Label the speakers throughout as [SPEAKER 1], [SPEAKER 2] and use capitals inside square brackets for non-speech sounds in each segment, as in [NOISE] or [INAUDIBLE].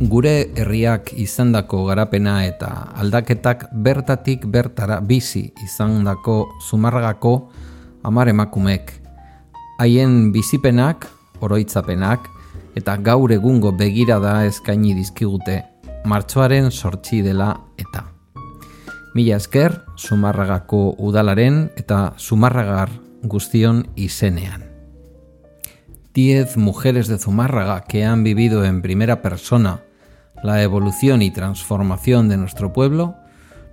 [SPEAKER 1] gure herriak izandako garapena eta aldaketak bertatik bertara bizi izandako zumarragako amar emakumek. Haien bizipenak, oroitzapenak, eta gaur egungo begirada eskaini dizkigute, martxoaren sortzi dela eta. Mila esker, sumarragako udalaren eta sumarragar guztion izenean. Diez mujeres de Zumárraga que han vivido en primera persona la evolución y transformación de nuestro pueblo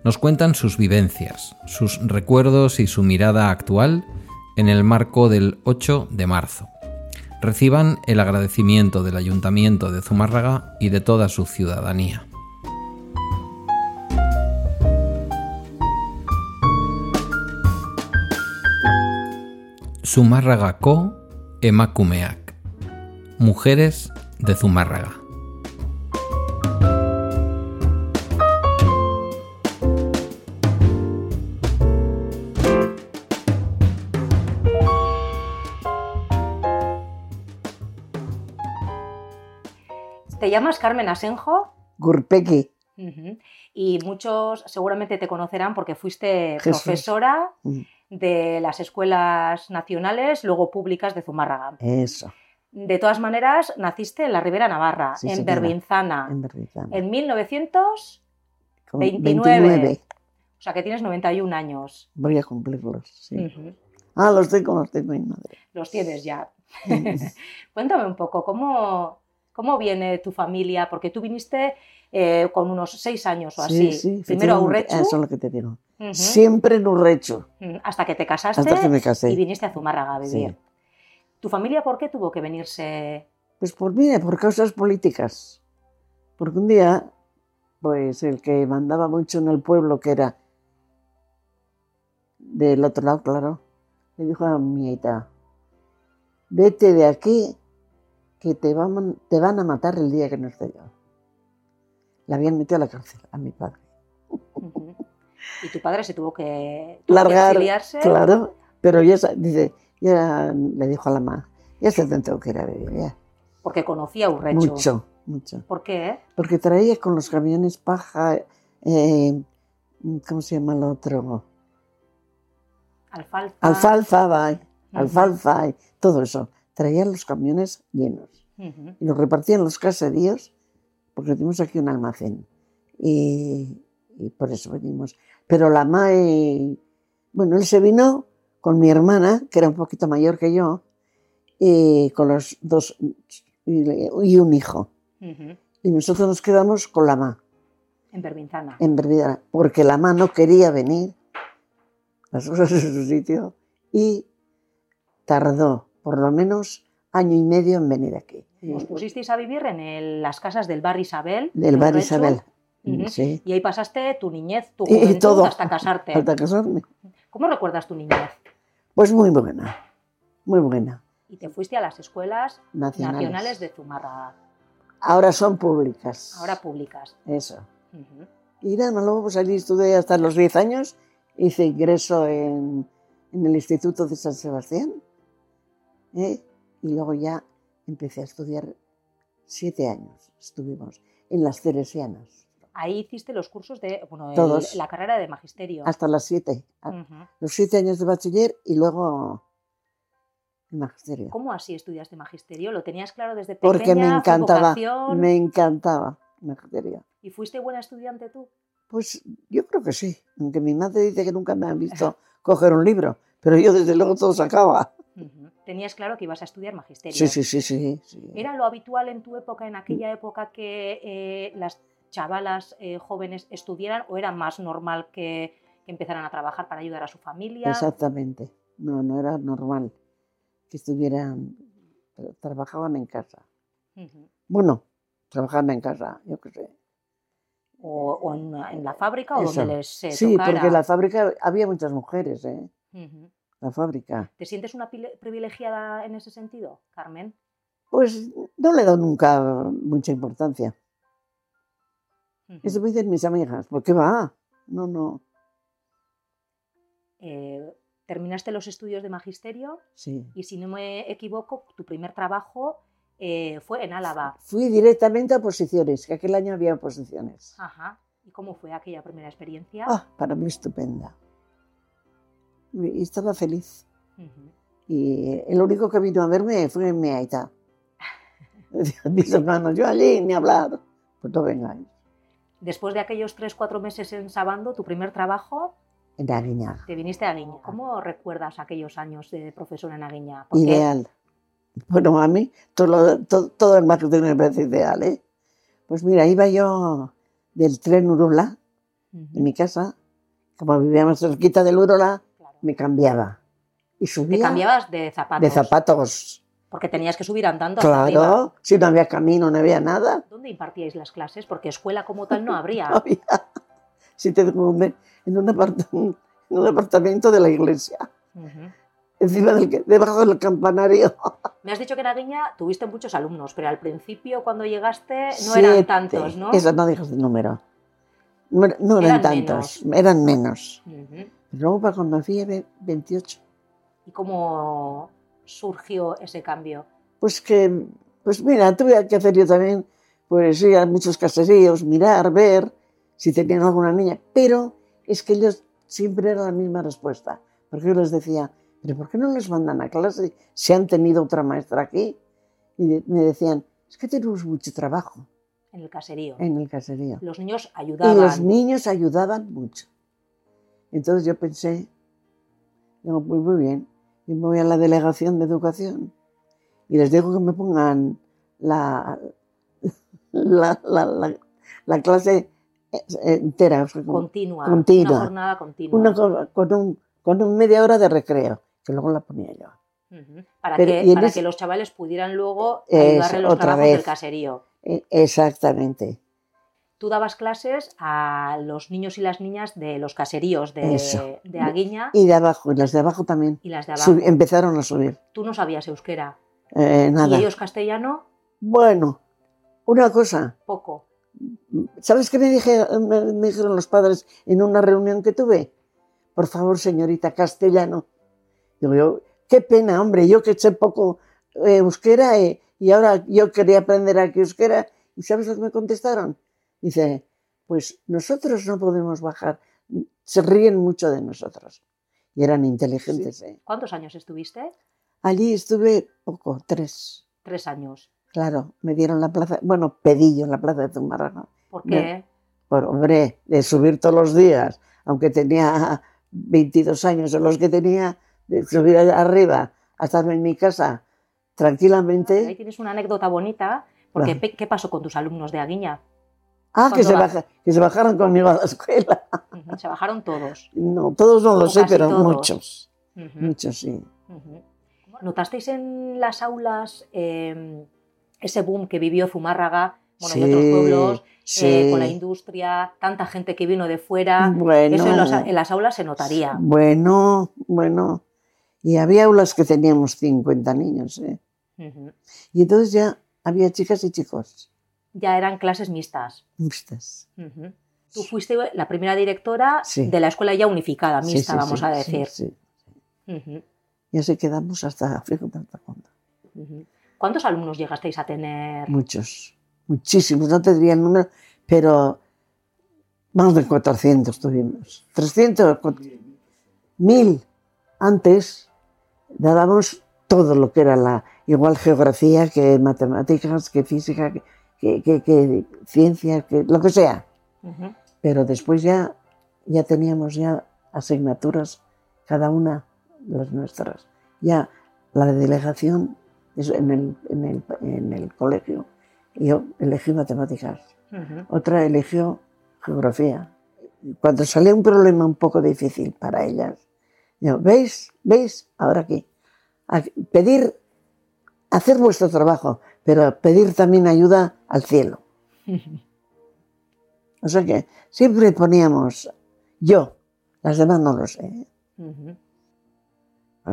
[SPEAKER 1] nos cuentan sus vivencias, sus recuerdos y su mirada actual en el marco del 8 de marzo. Reciban el agradecimiento del Ayuntamiento de Zumárraga y de toda su ciudadanía. Zumárraga Co. Emakumeak. Mujeres de Zumárraga.
[SPEAKER 2] Te llamas Carmen Asenjo
[SPEAKER 3] Gurpeki.
[SPEAKER 2] ujú, y muchos seguramente te conocerán porque fuiste
[SPEAKER 3] Jesús.
[SPEAKER 2] profesora
[SPEAKER 3] Mm.
[SPEAKER 2] de las escuelas nacionales, luego públicas de Zumárraga.
[SPEAKER 3] Eso,
[SPEAKER 2] De todas maneras, naciste en la Ribera Navarra,
[SPEAKER 3] Sí,
[SPEAKER 2] en
[SPEAKER 3] señora.
[SPEAKER 2] Berbinzana,
[SPEAKER 3] en verdad.
[SPEAKER 2] en 1900,
[SPEAKER 3] Con
[SPEAKER 2] 29.
[SPEAKER 3] 29.
[SPEAKER 2] o sea que tienes 91 años.
[SPEAKER 3] Voy a cumplirlos. sí.
[SPEAKER 2] Ujú,
[SPEAKER 3] Ah, los tengo, los tengo
[SPEAKER 2] [LAUGHS]
[SPEAKER 3] mi madre.
[SPEAKER 2] Los tienes ya. Cuéntame un poco, ¿cómo, cómo viene tu familia? Porque tú viniste eh, con unos seis años o así. Primero a
[SPEAKER 3] efectivamente.
[SPEAKER 2] Urrechu,
[SPEAKER 3] Ah, Eso es lo que te digo.
[SPEAKER 2] ujú,
[SPEAKER 3] Siempre en Urrechu,
[SPEAKER 2] mm, hasta que te casaste
[SPEAKER 3] hasta que me
[SPEAKER 2] y
[SPEAKER 3] casé.
[SPEAKER 2] viniste a Zumárraga a vivir.
[SPEAKER 3] Sí.
[SPEAKER 2] ¿Tu familia por qué tuvo que venirse?
[SPEAKER 3] Pues por mí, por causas políticas. Porque un día, pues el que mandaba mucho en el pueblo, que era del otro lado, claro, le dijo a mi aita, vete de aquí, que te van, te van a matar el día que no esté yo. La habían metido a la cárcel, a mi padre.
[SPEAKER 2] Ujú. Y tu padre se tuvo que, tuvo que
[SPEAKER 3] Largar,
[SPEAKER 2] exiliarse.
[SPEAKER 3] claro, pero ya, sa- dice, ya le dijo a la mamá, ya se tengo que ir a vivir, ya.
[SPEAKER 2] Porque conocía a Urrechu.
[SPEAKER 3] Mucho, mucho.
[SPEAKER 2] ¿Por qué?
[SPEAKER 3] Porque traía con los camiones paja, eh, ¿cómo se llama el otro?
[SPEAKER 2] Alfalfa.
[SPEAKER 3] Alfalfa, bai,
[SPEAKER 2] Ah. Ujú,
[SPEAKER 3] alfalfa, bai, todo eso. Traía los camiones llenos
[SPEAKER 2] ujú.
[SPEAKER 3] y los repartía en los caseríos porque tenemos aquí un almacén y, y por eso venimos. Pero la MAE, bueno, él se vino con mi hermana, que era un poquito mayor que yo, y con los dos y, y un hijo.
[SPEAKER 2] Ujú.
[SPEAKER 3] Y nosotros nos quedamos con la MAE.
[SPEAKER 2] En Berbinzana.
[SPEAKER 3] en verdad, porque la mamá no quería venir, las cosas en su [LAUGHS] sitio, y tardó por lo menos año y medio en venir aquí.
[SPEAKER 2] Os pusisteis a vivir en el- las casas del bar Isabel.
[SPEAKER 3] Del
[SPEAKER 2] de
[SPEAKER 3] bar
[SPEAKER 2] Urrechu,
[SPEAKER 3] Isabel, Mm,
[SPEAKER 2] Ujú.
[SPEAKER 3] sí,
[SPEAKER 2] Y ahí pasaste tu niñez, tu
[SPEAKER 3] Y- y
[SPEAKER 2] juventud,
[SPEAKER 3] todo.
[SPEAKER 2] hasta casarte.
[SPEAKER 3] hasta casarme.
[SPEAKER 2] ¿Cómo recuerdas tu niñez?
[SPEAKER 3] Pues muy buena, muy buena,
[SPEAKER 2] Y te fuiste a las escuelas
[SPEAKER 3] nacionales.
[SPEAKER 2] nacionales de Zumárraga,
[SPEAKER 3] Ahora son públicas.
[SPEAKER 2] ahora públicas.
[SPEAKER 3] Eso.
[SPEAKER 2] Ujú.
[SPEAKER 3] Y nada, luego pues allí estudié hasta los 10 años, hice ingreso en, en el Instituto de San Sebastián ¿eh? y luego ya empecé a estudiar siete años, estuvimos en las Teresianas,
[SPEAKER 2] Ahí hiciste los cursos de, bueno, el-
[SPEAKER 3] Todos.
[SPEAKER 2] la carrera de magisterio.
[SPEAKER 3] hasta las siete, a-
[SPEAKER 2] Ujú.
[SPEAKER 3] los siete años de bachiller y luego el magisterio.
[SPEAKER 2] ¿Cómo así estudiaste magisterio? ¿Lo tenías claro desde pequeña?
[SPEAKER 3] Porque me
[SPEAKER 2] ¿Fue
[SPEAKER 3] encantaba,
[SPEAKER 2] vocación?
[SPEAKER 3] me encantaba el magisterio.
[SPEAKER 2] ¿Y fuiste buena estudiante tú?
[SPEAKER 3] Pues yo creo que sí, aunque mi madre dice que nunca me han visto coger un libro, pero yo desde luego todo sacaba.
[SPEAKER 2] Ujú. Tenías claro que ibas a estudiar magisterio.
[SPEAKER 3] Sí, sí, sí, sí. sí.
[SPEAKER 2] ¿Era lo habitual en tu época, en aquella época, que eh, las chavalas eh, jóvenes estudiaran o era más normal que, que empezaran a trabajar para ayudar a su familia?
[SPEAKER 3] Exactamente. No, no era normal que estuvieran, pero trabajaban en casa.
[SPEAKER 2] Ujú.
[SPEAKER 3] Bueno, trabajaban en casa, yo qué sé.
[SPEAKER 2] O, o en, una- en la fábrica o
[SPEAKER 3] Eso.
[SPEAKER 2] donde les eh,
[SPEAKER 3] sí,
[SPEAKER 2] tocara.
[SPEAKER 3] porque la fábrica, había muchas mujeres, ¿eh?
[SPEAKER 2] Ujú.
[SPEAKER 3] La fábrica.
[SPEAKER 2] ¿Te sientes una pile- privilegiada en ese sentido, Carmen?
[SPEAKER 3] Pues no le he dado nunca mucha importancia.
[SPEAKER 2] Ujú.
[SPEAKER 3] Eso me dicen mis amigas, ¿por qué va? No, no,
[SPEAKER 2] Eh, terminaste los estudios de magisterio
[SPEAKER 3] sí.
[SPEAKER 2] y si no me equivoco, tu primer trabajo eh, fue en Álava.
[SPEAKER 3] Fui directamente a oposiciones, que aquel año había oposiciones.
[SPEAKER 2] Ajá. ¿Y cómo fue aquella primera experiencia?
[SPEAKER 3] Ah, para mí estupenda. Y estaba feliz.
[SPEAKER 2] Ujú.
[SPEAKER 3] Y el único que vino a verme fue
[SPEAKER 2] [LAUGHS]
[SPEAKER 3] mi aita. Mis hermanos, yo allí ni hablar. Pues no vengáis.
[SPEAKER 2] Después de aquellos 3-4 meses en Sabando, tu primer trabajo,
[SPEAKER 3] En Aguiñaga.
[SPEAKER 2] te viniste a Guiña. ¿Cómo recuerdas aquellos años de profesora en Aguiña? Porque
[SPEAKER 3] Ideal. Bueno, a mí todo, lo- todo, todo el marketing me parece ideal, ¿eh? Pues mira, iba yo del tren Urula,
[SPEAKER 2] Ujú,
[SPEAKER 3] de mi casa, como vivíamos cerquita del Urula,
[SPEAKER 2] claro.
[SPEAKER 3] me cambiaba. Y subía
[SPEAKER 2] Te cambiabas de zapatos.
[SPEAKER 3] de zapatos.
[SPEAKER 2] Porque tenías que subir andando hasta arriba.
[SPEAKER 3] Claro, si no había camino, no había nada.
[SPEAKER 2] ¿Dónde impartíais las clases? Porque escuela como tal no habría.
[SPEAKER 3] [LAUGHS] no había. Si te conviene, en un, apart- en un apartamento de la iglesia,
[SPEAKER 2] Ujú.
[SPEAKER 3] encima del, que- debajo del campanario.
[SPEAKER 2] Me has dicho que en Aguiña tuviste muchos alumnos, pero al principio cuando llegaste no
[SPEAKER 3] Siete.
[SPEAKER 2] eran tantos, ¿no?
[SPEAKER 3] Esas no dejas el número. No, era- no eran,
[SPEAKER 2] Eran
[SPEAKER 3] tantos, eran menos.
[SPEAKER 2] Ujú.
[SPEAKER 3] Luego para cuando hacía ve- 28,
[SPEAKER 2] ¿Y cómo surgió ese cambio?
[SPEAKER 3] pues que, pues mira, tuve que hacer yo también, pues ir a muchos caseríos, mirar, ver si tenían alguna niña. Pero es que ellos siempre era la misma respuesta. Porque yo les decía, ¿pero por qué no les mandan a clase si han tenido otra maestra aquí? Y de- me decían, es que tenemos mucho trabajo
[SPEAKER 2] En el caserío.
[SPEAKER 3] en el caserío.
[SPEAKER 2] Los niños
[SPEAKER 3] Y
[SPEAKER 2] ayudaban.
[SPEAKER 3] los niños ayudaban mucho. Entonces yo pensé, digo, pues muy bien, yo me voy a la delegación de educación y les digo que me pongan la, [LAUGHS] la, la, la- la clase eh, entera, o sea, con,
[SPEAKER 2] continua,
[SPEAKER 3] Continua.
[SPEAKER 2] Una jornada continua.
[SPEAKER 3] una co- con un, con un media hora de recreo, que luego la ponía yo.
[SPEAKER 2] Ujú. Para,
[SPEAKER 3] Pero- y
[SPEAKER 2] que,
[SPEAKER 3] en
[SPEAKER 2] para
[SPEAKER 3] ese-
[SPEAKER 2] que los chavales pudieran luego
[SPEAKER 3] Es-
[SPEAKER 2] ayudarle en los
[SPEAKER 3] otra
[SPEAKER 2] trabajos
[SPEAKER 3] vez.
[SPEAKER 2] del caserío.
[SPEAKER 3] E- Exactamente,
[SPEAKER 2] Tú dabas clases a los niños y las niñas de los caseríos
[SPEAKER 3] Eso.
[SPEAKER 2] de, de Aguiña y,
[SPEAKER 3] y em de abajo, y las de abajo también
[SPEAKER 2] las de abajo.
[SPEAKER 3] sub- empezaron a subir.
[SPEAKER 2] Tú no sabías euskera.
[SPEAKER 3] Eh, nada.
[SPEAKER 2] Y ellos castellano,
[SPEAKER 3] Bueno, una cosa.
[SPEAKER 2] poco.
[SPEAKER 3] ¿Sabes qué me, dije, me, me dijeron los padres en una reunión que tuve? Por favor, señorita, castellano. Digo yo, qué pena, hombre, yo que sé poco eh, euskera eh, y ahora yo quería aprender aquí euskera. ¿Y sabes lo que me contestaron? Dice, pues nosotros no podemos bajar. Se ríen mucho de nosotros. Y eran inteligentes. ¿eh?
[SPEAKER 2] ¿Cuántos años estuviste?
[SPEAKER 3] Allí estuve poco, tres.
[SPEAKER 2] Tres años.
[SPEAKER 3] Claro, me dieron la plaza, bueno, pedí yo la plaza de Zumárraga.
[SPEAKER 2] ¿Por
[SPEAKER 3] Bien.
[SPEAKER 2] qué?
[SPEAKER 3] Por Pues, hombre, de subir todos los días, aunque tenía 22 años o los que tenía, de subir arriba hasta en mi casa
[SPEAKER 2] Ahí
[SPEAKER 3] tranquilamente.
[SPEAKER 2] tienes una anécdota bonita. Porque,
[SPEAKER 3] Claro.
[SPEAKER 2] pe- ¿Qué pasó con tus alumnos de Aguiña?
[SPEAKER 3] Ah, que
[SPEAKER 2] cuando
[SPEAKER 3] se,
[SPEAKER 2] va-
[SPEAKER 3] baja- que se bajaron conmigo a la escuela.
[SPEAKER 2] Ujú, Se bajaron todos.
[SPEAKER 3] No, todos no lo
[SPEAKER 2] O
[SPEAKER 3] sé,
[SPEAKER 2] casi
[SPEAKER 3] pero
[SPEAKER 2] todos. Mm.
[SPEAKER 3] muchos,
[SPEAKER 2] Ujú.
[SPEAKER 3] muchos sí.
[SPEAKER 2] Ujú. ¿Notasteis en las aulas eh, ese boom que vivió Zumárraga bueno, y otros
[SPEAKER 3] Sí,
[SPEAKER 2] pueblos
[SPEAKER 3] sí.
[SPEAKER 2] eh, con la industria, tanta gente que vino de fuera?
[SPEAKER 3] Bueno,
[SPEAKER 2] Eso en, los- en las aulas se notaría.
[SPEAKER 3] bueno, bueno. Y había aulas que teníamos 50 niños, ¿eh?
[SPEAKER 2] Ujú.
[SPEAKER 3] Y entonces ya había chicas y chicos
[SPEAKER 2] Ya eran clases mixtas.
[SPEAKER 3] mixtas.
[SPEAKER 2] Ujú. Tú fuiste la primera directora
[SPEAKER 3] Sí.
[SPEAKER 2] de la escuela ya unificada,
[SPEAKER 3] Sí,
[SPEAKER 2] mixta,
[SPEAKER 3] sí,
[SPEAKER 2] vamos
[SPEAKER 3] sí,
[SPEAKER 2] a
[SPEAKER 3] sí,
[SPEAKER 2] decir.
[SPEAKER 3] sí.
[SPEAKER 2] Ujú,
[SPEAKER 3] Y así quedamos hasta, fíjate hasta cuándo.
[SPEAKER 2] ujú. ¿Cuántos alumnos llegasteis a tener?
[SPEAKER 3] Muchos, muchísimos, no te diría el número, pero más de 400 tuvimos. 300, cu- 1000. Antes dábamos todo lo que era la, igual geografía que matemáticas, que física, que, que, que, que ciencias, que lo que sea.
[SPEAKER 2] Ujú.
[SPEAKER 3] Pero después ya, ya teníamos ya asignaturas, cada una las nuestras. Ya la delegación es en el, en el, en el colegio, yo elegí matemáticas,
[SPEAKER 2] Ujú.
[SPEAKER 3] otra eligió geografía. Cuando salió un problema un poco difícil para ellas, yo, ¿veis? ¿Veis? Ahora aquí. A- Pedir, hacer vuestro trabajo, pero pedir también ayuda al cielo. O sea que siempre poníamos yo, las demás no lo sé. ¿eh?
[SPEAKER 2] Ujú.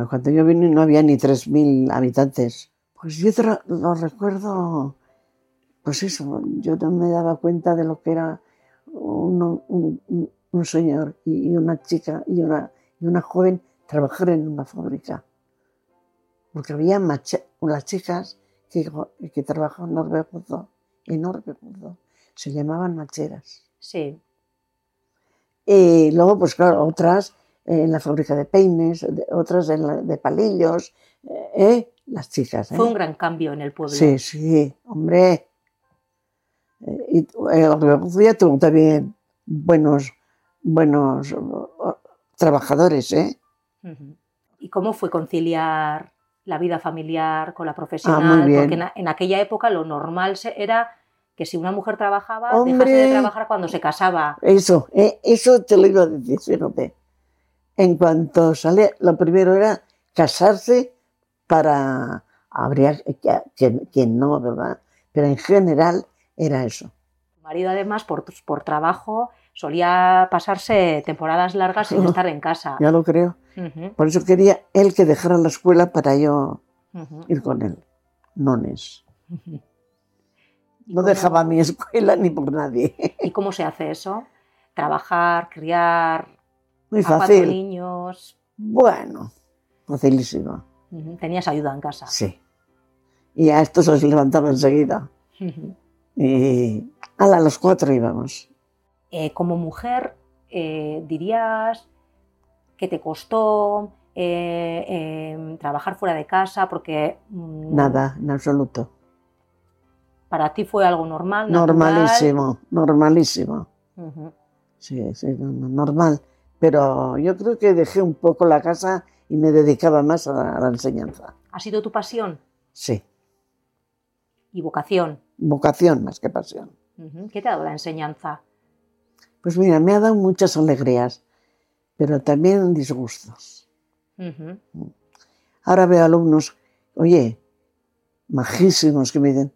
[SPEAKER 3] Cuando yo vine no había ni 3.000 habitantes. Pues yo tra- lo recuerdo, pues eso, yo no me daba cuenta de lo que era uno- un, un- un señor y una chica y una, y una joven trabajar en una fábrica. Porque había macha- las chicas que, que trabajó en Orbegozo, en Orbegozo, se llamaban macheras.
[SPEAKER 2] Sí,
[SPEAKER 3] Y luego, pues claro, otras eh, en la fábrica de peines, de- otras en la- de palillos, eh, ¿eh? las chicas. ¿eh?
[SPEAKER 2] fue un gran cambio en el pueblo.
[SPEAKER 3] Sí, sí, hombre. Eh, Y eh, Orbegozo ya tuvo también buenos, buenos o- o- trabajadores, ¿eh?
[SPEAKER 2] Ujú. ¿Y cómo fue conciliar la vida familiar con la profesional?
[SPEAKER 3] Ah, muy bien.
[SPEAKER 2] Porque en, a- en aquella época lo normal se- era que si una mujer trabajaba, dejase
[SPEAKER 3] Hombre.
[SPEAKER 2] de trabajar cuando se casaba.
[SPEAKER 3] Eso, eh, eso te lo iba a decir, fíjate. En cuanto sale, lo primero era casarse para habría eh, que- que- quien no, ¿verdad? Pero en general era eso.
[SPEAKER 2] Tu marido, además, por, por trabajo, solía pasarse temporadas largas
[SPEAKER 3] [LAUGHS]
[SPEAKER 2] sin estar en casa.
[SPEAKER 3] Ya lo creo.
[SPEAKER 2] Ujú,
[SPEAKER 3] Por eso quería él que dejara la escuela para yo
[SPEAKER 2] ujú,
[SPEAKER 3] ir con él. Nones.
[SPEAKER 2] ujú. ¿Y
[SPEAKER 3] No
[SPEAKER 2] cómo-
[SPEAKER 3] dejaba mi escuela ni por nadie. [LAUGHS]
[SPEAKER 2] ¿Y cómo se hace eso? Trabajar, criar
[SPEAKER 3] Muy
[SPEAKER 2] a cuatro
[SPEAKER 3] fácil.
[SPEAKER 2] niños.
[SPEAKER 3] Bueno, facilísimo.
[SPEAKER 2] Ujú, Tenías ayuda en casa.
[SPEAKER 3] Sí. Y a estos los levantaba enseguida.
[SPEAKER 2] Ujú.
[SPEAKER 3] Y ala, a los cuatro íbamos.
[SPEAKER 2] [LAUGHS] Eh, como mujer, eh, dirías que te costó eh, eh, trabajar fuera de casa porque mm,
[SPEAKER 3] Nada, en absoluto.
[SPEAKER 2] para ti fue algo normal. natural.
[SPEAKER 3] Normalísimo, normalísimo.
[SPEAKER 2] Ujú.
[SPEAKER 3] Sí, sí, no, no, normal. Pero yo creo que dejé un poco la casa y me dedicaba más a la, a la enseñanza.
[SPEAKER 2] Ha sido tu pasión
[SPEAKER 3] Sí,
[SPEAKER 2] y vocación.
[SPEAKER 3] vocación más que pasión.
[SPEAKER 2] Ujú. ¿Qué te ha dado la enseñanza?
[SPEAKER 3] Pues mira, me ha dado muchas alegrías, pero también disgustos.
[SPEAKER 2] Ujú.
[SPEAKER 3] Ahora veo alumnos, oye, majísimos que me dicen,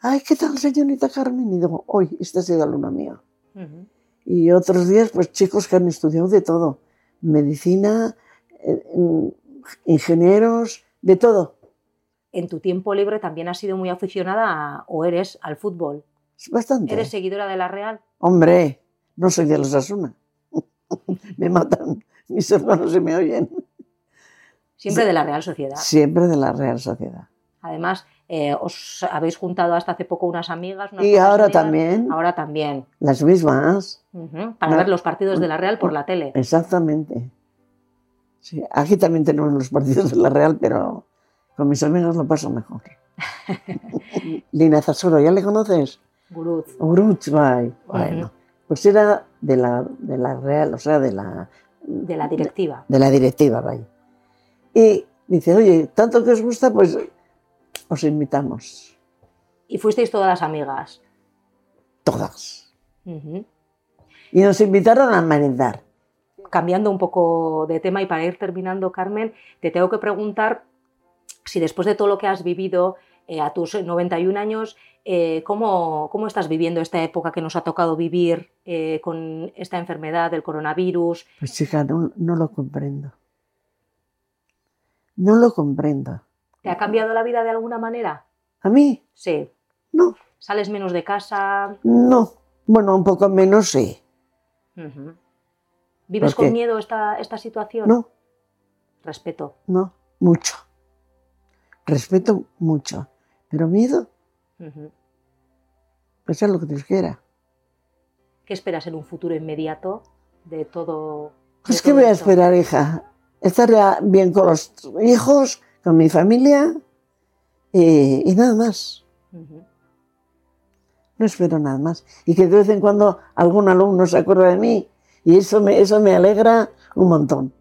[SPEAKER 3] ay, ¿qué tal, señorita Carmen? Y digo, hoy, esta ha sido alumna mía.
[SPEAKER 2] Ujú.
[SPEAKER 3] Y otros días, pues chicos que han estudiado de todo, medicina, eh, mm, ingenieros, de todo.
[SPEAKER 2] En tu tiempo libre también has sido muy aficionada a- o eres al fútbol.
[SPEAKER 3] Es bastante.
[SPEAKER 2] ¿Eres seguidora de la Real?
[SPEAKER 3] Hombre, no soy de los Asuna. [LAUGHS] me matan, mis hermanos se me oyen.
[SPEAKER 2] Siempre
[SPEAKER 3] Sí.
[SPEAKER 2] de la Real Sociedad.
[SPEAKER 3] Siempre de la Real Sociedad.
[SPEAKER 2] Además, eh, os habéis juntado hasta hace poco unas amigas. unas
[SPEAKER 3] Y
[SPEAKER 2] pocas
[SPEAKER 3] ahora
[SPEAKER 2] amigas.
[SPEAKER 3] también,
[SPEAKER 2] Ahora también.
[SPEAKER 3] las mismas,
[SPEAKER 2] Ujú, Para
[SPEAKER 3] No. Eh.
[SPEAKER 2] ver los partidos de la Real por la tele.
[SPEAKER 3] exactamente. Sí, aquí también tenemos los partidos de la Real, pero con mis amigos lo paso
[SPEAKER 2] [LAUGHS]
[SPEAKER 3] mejor. Lina Zasuro, ¿ya le conoces?
[SPEAKER 2] Guruz.
[SPEAKER 3] Urutz, bai. Bueno, pues era de la, de la Real, o sea, de la,
[SPEAKER 2] De la directiva.
[SPEAKER 3] de la directiva, bai. Y dice, oye, tanto que os gusta, pues os invitamos,
[SPEAKER 2] Y fuisteis todas las amigas.
[SPEAKER 3] todas.
[SPEAKER 2] Ujú.
[SPEAKER 3] Y nos invitaron a merendar.
[SPEAKER 2] Cambiando un poco de tema y para ir terminando, Carmen, te tengo que preguntar si después de todo lo que has vivido eh, a tus 91 años, eh, ¿cómo, cómo estás viviendo esta época que nos ha tocado vivir eh, con esta enfermedad del coronavirus?
[SPEAKER 3] Pues chica, no, no lo comprendo. No lo comprendo.
[SPEAKER 2] ¿Te ha cambiado la vida de alguna manera?
[SPEAKER 3] ¿A mí?
[SPEAKER 2] Sí.
[SPEAKER 3] No,
[SPEAKER 2] ¿Sales menos de casa?
[SPEAKER 3] no. Bueno, un poco menos sí.
[SPEAKER 2] Ujú. ¿Vives
[SPEAKER 3] ¿Por qué?
[SPEAKER 2] con miedo esta, esta situación?
[SPEAKER 3] No,
[SPEAKER 2] Respeto.
[SPEAKER 3] no, mucho. Respeto mucho. Pero miedo,
[SPEAKER 2] Ujú.
[SPEAKER 3] pues es lo que Dios quiera.
[SPEAKER 2] ¿Qué esperas en un futuro inmediato de todo?
[SPEAKER 3] Pues
[SPEAKER 2] de
[SPEAKER 3] qué
[SPEAKER 2] todo
[SPEAKER 3] voy a
[SPEAKER 2] esto?
[SPEAKER 3] esperar, hija. Estar ya bien con los hijos, con mi familia eh, y, nada más.
[SPEAKER 2] Ujú.
[SPEAKER 3] No espero nada más. Y que de vez en cuando algún alumno se acuerde de mí y eso me, eso me alegra un montón.